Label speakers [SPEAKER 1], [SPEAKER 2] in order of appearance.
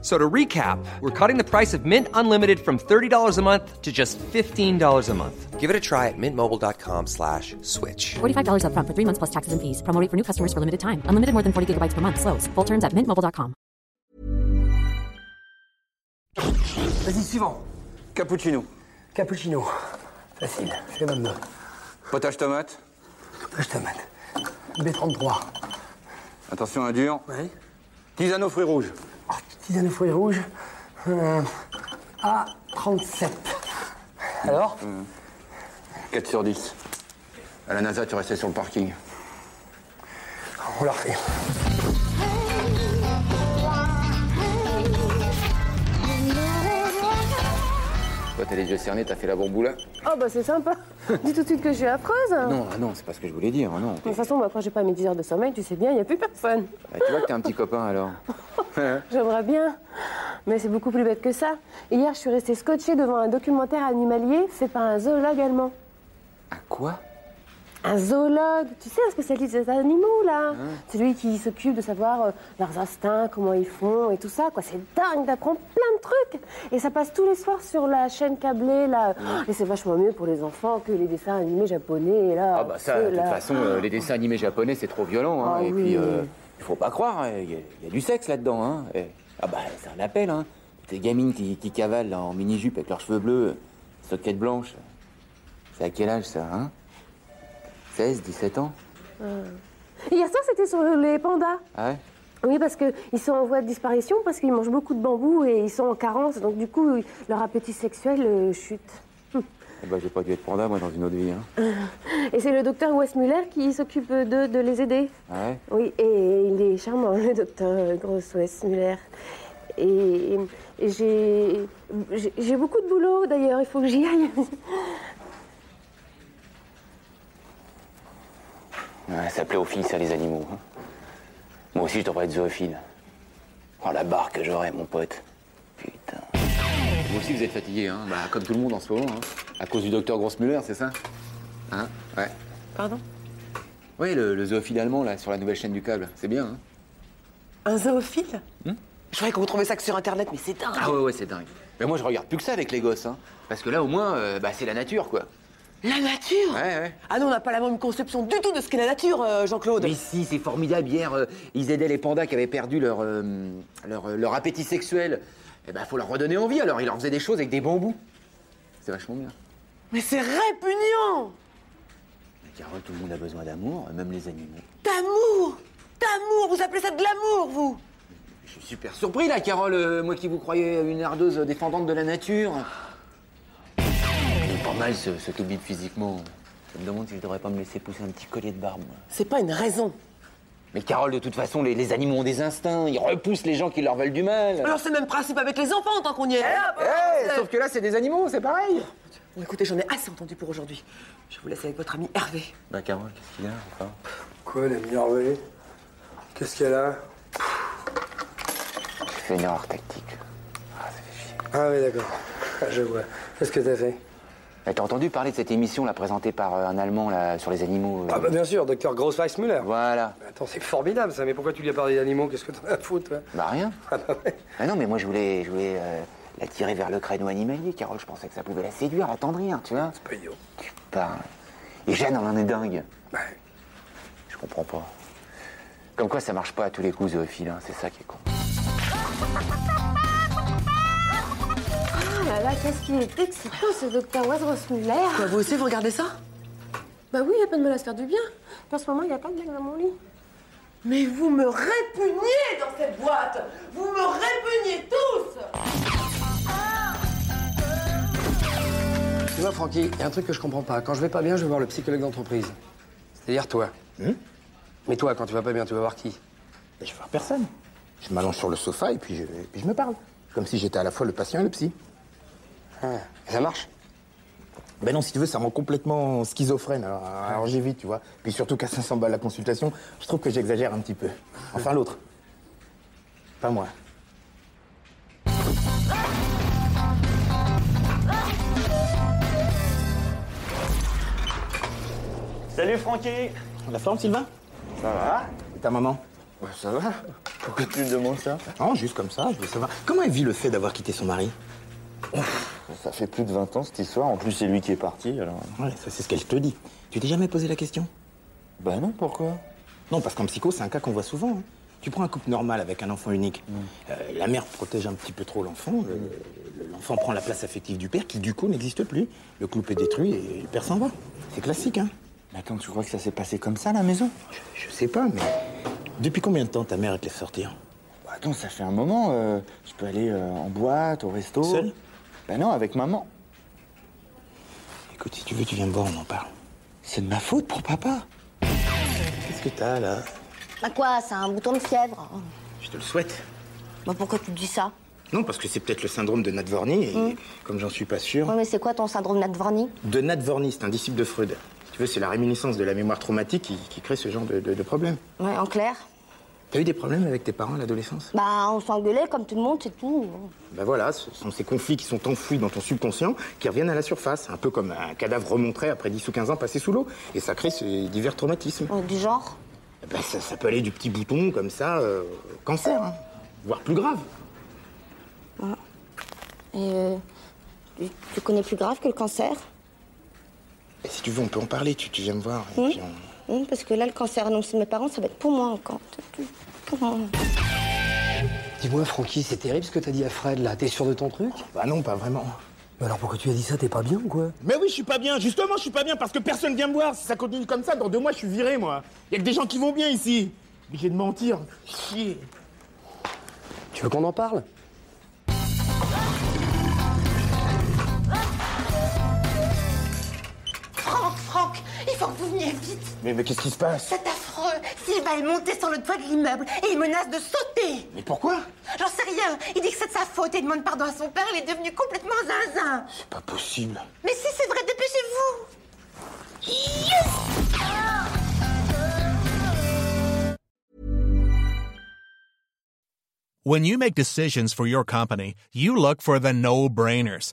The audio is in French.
[SPEAKER 1] So to recap, we're cutting the price of Mint Unlimited from $30 a month to just $15 a month. Give it a try at mintmobile.com slash switch.
[SPEAKER 2] $45 upfront for three months plus taxes and fees. Promo rate for new customers for limited time. Unlimited more than 40 gigabytes per month. Slows. Full terms at mintmobile.com.
[SPEAKER 3] Vas-y, suivant.
[SPEAKER 4] Cappuccino,
[SPEAKER 3] Cappuccino. Facile, c'est le même.
[SPEAKER 4] potage tomate,
[SPEAKER 3] Je te mène. B33.
[SPEAKER 4] attention à dur,
[SPEAKER 3] Oui.
[SPEAKER 4] tisane aux fruits rouges,
[SPEAKER 3] Ah, Tisane de fruits rouges. Euh, A37. Alors
[SPEAKER 4] 4 sur 10. À la NASA, tu restais sur le parking.
[SPEAKER 3] On l'a refait.
[SPEAKER 4] Toi, t'as les yeux cernés, t'as fait la bourboula
[SPEAKER 5] Oh bah c'est sympa. Dis tout de suite que je suis affreuse.
[SPEAKER 4] Non, ah non, c'est pas ce que je voulais dire, non.
[SPEAKER 5] De toute façon, moi, quand j'ai pas mes 10 heures de sommeil, tu sais bien, il n'y a plus personne.
[SPEAKER 4] Ah, tu vois que t'es un petit copain, alors. Hein
[SPEAKER 5] J'aimerais bien. Mais c'est beaucoup plus bête que ça. Hier, je suis restée scotchée devant un documentaire animalier fait par un zoologue allemand.
[SPEAKER 4] À quoi
[SPEAKER 5] Un zoologue, tu sais, un spécialiste des animaux, là.
[SPEAKER 4] Hein?
[SPEAKER 5] Celui qui s'occupe de savoir euh, leurs instincts, comment ils font et tout ça, quoi. C'est dingue d'apprendre plein de trucs. Et ça passe tous les soirs sur la chaîne câblée, là. Et c'est vachement mieux pour les enfants que les dessins animés japonais, là.
[SPEAKER 4] Ah bah ça,
[SPEAKER 5] Ceux,
[SPEAKER 4] de toute
[SPEAKER 5] là.
[SPEAKER 4] façon, euh, les dessins animés japonais, c'est trop violent, hein,
[SPEAKER 5] Ah
[SPEAKER 4] et
[SPEAKER 5] oui.
[SPEAKER 4] puis, euh, il faut pas croire, hein, il y, a- y a du sexe là-dedans, hein. eh. Ah bah, c'est un appel, hein. Ces gamines qui, qui cavalent là, en mini-jupe avec leurs cheveux bleus, soquettes blanches. C'est à quel âge, ça, hein 16, 17 ans
[SPEAKER 5] Hier soir, c'était sur les pandas.
[SPEAKER 4] Ah ouais
[SPEAKER 5] Oui, parce qu'ils sont en voie de disparition, parce qu'ils mangent beaucoup de bambou et ils sont en carence. Donc, du coup, leur appétit sexuel euh, chute.
[SPEAKER 4] Eh ben, j'ai pas dû être panda, moi, dans une autre vie. Hein.
[SPEAKER 5] Et c'est le docteur Westmuller qui s'occupe d'eux, de les aider.
[SPEAKER 4] Ah ouais
[SPEAKER 5] Oui, et il est charmant, le docteur Gross Westmuller. Et, et j'ai j'ai- j'ai beaucoup de boulot, d'ailleurs, il faut que j'y aille.
[SPEAKER 4] Ouais, Ça plaît aux filles, ça, les animaux. hein. Moi aussi, je devrais être zoophile. Oh, la barre que j'aurais, mon pote. Putain. Vous aussi, vous êtes fatigué, hein bah, Comme tout le monde en ce moment, hein. À cause du docteur Grossmuller, c'est ça Hein Ouais.
[SPEAKER 5] Pardon
[SPEAKER 4] Ouais, le, le zoophile allemand, là, sur la nouvelle chaîne du câble. C'est bien, hein
[SPEAKER 6] Un zoophile Hmm Je croyais qu'on retrouvait ça que sur Internet, mais c'est dingue
[SPEAKER 4] Ah ouais, ouais, c'est dingue. Mais moi, je regarde plus que ça avec les gosses, hein. Parce que là, au moins, euh, bah, c'est la nature, quoi.
[SPEAKER 6] La nature
[SPEAKER 4] Ouais, ouais.
[SPEAKER 6] Ah non, on n'a pas la même conception du tout de ce qu'est la nature, euh, Jean-Claude
[SPEAKER 4] Mais si, c'est formidable. Hier, euh, ils aidaient les pandas qui avaient perdu leur, euh, leur, euh, leur appétit sexuel. Eh ben, faut leur redonner envie, alors ils leur faisaient des choses avec des bambous. C'est vachement bien.
[SPEAKER 6] Mais c'est répugnant
[SPEAKER 4] Car tout le monde a besoin d'amour, euh, même les animaux.
[SPEAKER 6] D'amour D'amour Vous appelez ça de l'amour, vous
[SPEAKER 4] Je suis super surpris là, Carole, euh, moi qui vous croyais une ardeuse défendante de la nature. Il est pas mal ce, ce Toubib physiquement. Je me demande si je devrais pas me laisser pousser un petit collier de barbe. moi.
[SPEAKER 6] C'est pas une raison.
[SPEAKER 4] Mais Carole, de toute façon, les, les animaux ont des instincts, ils repoussent les gens qui leur veulent du mal.
[SPEAKER 6] Alors c'est le même principe avec les enfants tant qu'on y est.
[SPEAKER 4] Eh, sauf que là, c'est des animaux, c'est pareil.
[SPEAKER 6] Bon, écoutez, j'en ai assez entendu pour aujourd'hui. Je vous laisse avec votre ami Hervé.
[SPEAKER 4] Bah Carole, qu'est-ce qu'il y a encore
[SPEAKER 3] Quoi, la minervée Qu'est-ce qu'elle a
[SPEAKER 4] Tu fais une erreur tactique.
[SPEAKER 3] Ah oui, d'accord. Ah, je vois. Qu'est-ce que t'as fait
[SPEAKER 4] Eh, T'as entendu parler de cette émission là présentée par euh, un Allemand là sur les animaux euh,
[SPEAKER 3] Ah bah bien sûr, docteur Grossweissmuller.
[SPEAKER 4] Voilà.
[SPEAKER 3] Attends, c'est formidable ça, mais pourquoi tu lui as parlé d'animaux Qu'est-ce que t'en as à foutre, toi
[SPEAKER 4] Bah rien.
[SPEAKER 3] Ah bah ouais.
[SPEAKER 4] Ah non mais moi je voulais, je voulais euh, la tirer vers le créneau animalier, Carole. Je pensais que ça pouvait la séduire, attendrir, tu vois.
[SPEAKER 3] Pas idiot.
[SPEAKER 4] Tu parles. Et Jeanne elle en est dingue.
[SPEAKER 3] Bah,
[SPEAKER 4] Je comprends pas. Comme quoi ça marche pas à tous les coups zoophiles, hein, c'est ça qui est con.
[SPEAKER 5] Ah là là, qu'est-ce qu'il est excitant, ce docteur Westmuller.
[SPEAKER 6] Quoi, Euh, vous aussi, vous regardez ça
[SPEAKER 5] Bah oui, il a pas de mal à se faire du bien. Puis en ce moment, il n'y a pas de blague dans mon lit.
[SPEAKER 6] Mais vous me répugnez dans cette boîte Vous me répugnez tous
[SPEAKER 3] Tu vois, Francky, il y a un truc que je comprends pas. Quand je vais pas bien, je vais voir le psychologue d'entreprise. C'est-à-dire toi. Mais toi, quand tu vas pas bien, tu vas voir qui
[SPEAKER 7] Mais je vais voir personne. Je m'allonge sur le sofa et puis je, et puis je me parle. Comme si j'étais à la fois le patient et le psy.
[SPEAKER 3] Ah, Ça marche
[SPEAKER 7] Ben non, si tu veux, ça me rend complètement schizophrène. Alors, alors j'évite, tu vois. Puis surtout qu'à 500 balles la consultation, je trouve que j'exagère un petit peu. Enfin, l'autre. Pas moi.
[SPEAKER 8] Salut Francky La forme Sylvain
[SPEAKER 7] Ça va Et ta maman Ça va
[SPEAKER 8] Pourquoi tu me demandes ça
[SPEAKER 7] Non, juste comme ça, je voulais savoir. Comment elle vit le fait d'avoir quitté son mari
[SPEAKER 8] Ça fait plus de 20 ans cette histoire, en plus c'est lui qui est parti alors.
[SPEAKER 7] Ouais, ça c'est ce qu'elle te dit. Tu t'es jamais posé la question
[SPEAKER 8] Bah non, pourquoi
[SPEAKER 7] Non, parce qu'en psycho, c'est un cas qu'on voit souvent. hein. Tu prends un couple normal avec un enfant unique. Euh, la mère protège un petit peu trop l'enfant. euh, L'enfant prend la place affective du père qui, du coup, n'existe plus. Le couple est détruit et le père s'en va. C'est classique, hein
[SPEAKER 8] Mais attends, tu crois que ça s'est passé comme ça à la maison
[SPEAKER 7] Je sais pas, mais. Depuis combien de temps ta mère elle te laisse sortir
[SPEAKER 8] Bah attends, ça fait un moment, euh, je peux aller euh, en boîte, au resto.
[SPEAKER 7] Seul
[SPEAKER 8] Bah non, avec maman.
[SPEAKER 7] Écoute, si tu veux, tu viens me voir, on en parle.
[SPEAKER 8] C'est de ma faute pour papa.
[SPEAKER 7] Qu'est-ce que t'as là
[SPEAKER 9] Bah quoi, c'est un bouton de fièvre.
[SPEAKER 7] Je te le souhaite.
[SPEAKER 9] Bah pourquoi tu dis ça
[SPEAKER 7] Non, parce que c'est peut-être le syndrome de Nadvorny, et comme j'en suis pas sûr.
[SPEAKER 9] Ouais, mais c'est quoi ton syndrome Nadvorny
[SPEAKER 7] De Nadvorny, c'est un disciple de Freud. Si tu veux, c'est la réminiscence de la mémoire traumatique qui, qui crée ce genre de, de- de problème.
[SPEAKER 9] Ouais, en clair.
[SPEAKER 7] T'as eu des problèmes avec tes parents à l'adolescence
[SPEAKER 9] Bah on s'engueulait comme tout le monde, c'est tout.
[SPEAKER 7] Ben voilà, ce sont ces conflits qui sont enfouis dans ton subconscient qui reviennent à la surface, un peu comme un cadavre remontré après 10 ou 15 ans passé sous l'eau, et ça crée ces divers traumatismes.
[SPEAKER 9] Ouais, Euh, du genre.
[SPEAKER 7] Ben, ça, ça peut aller du petit bouton comme ça, euh, au cancer, hein, voire plus grave.
[SPEAKER 9] Ah. Et euh, tu, tu connais plus grave que le cancer
[SPEAKER 7] Et si tu veux, on peut en parler, tu, tu viens me voir. et puis on-
[SPEAKER 9] Hum, Parce que là, le cancer annoncé de mes parents, ça va être pour moi encore. Pour moi.
[SPEAKER 3] Dis-moi, Francky, c'est terrible ce que t'as dit à Fred là. T'es sûr de ton truc
[SPEAKER 7] Bah non, pas vraiment.
[SPEAKER 3] Mais alors pourquoi tu as dit ça T'es pas bien ou quoi
[SPEAKER 7] Mais oui, je suis pas bien, justement, je suis pas bien parce que personne vient me voir. Si ça continue comme ça, dans deux mois, je suis viré, moi. Y a que des gens qui vont bien ici. Obligé de mentir. Chier.
[SPEAKER 3] Tu veux qu'on en parle
[SPEAKER 6] Franck, Franck, il faut que vous veniez vite.
[SPEAKER 7] Mais, mais qu'est-ce qui se passe
[SPEAKER 6] C'est affreux. Sylvain est monté sur le toit de l'immeuble et il menace de sauter.
[SPEAKER 7] Mais pourquoi
[SPEAKER 6] J'en sais rien. Il dit que c'est de sa faute et demande pardon à son père. Il est devenu complètement zinzin.
[SPEAKER 7] C'est pas possible.
[SPEAKER 6] Mais si c'est vrai, dépêchez-vous.
[SPEAKER 10] When you make decisions for your company, you look for the no brainers.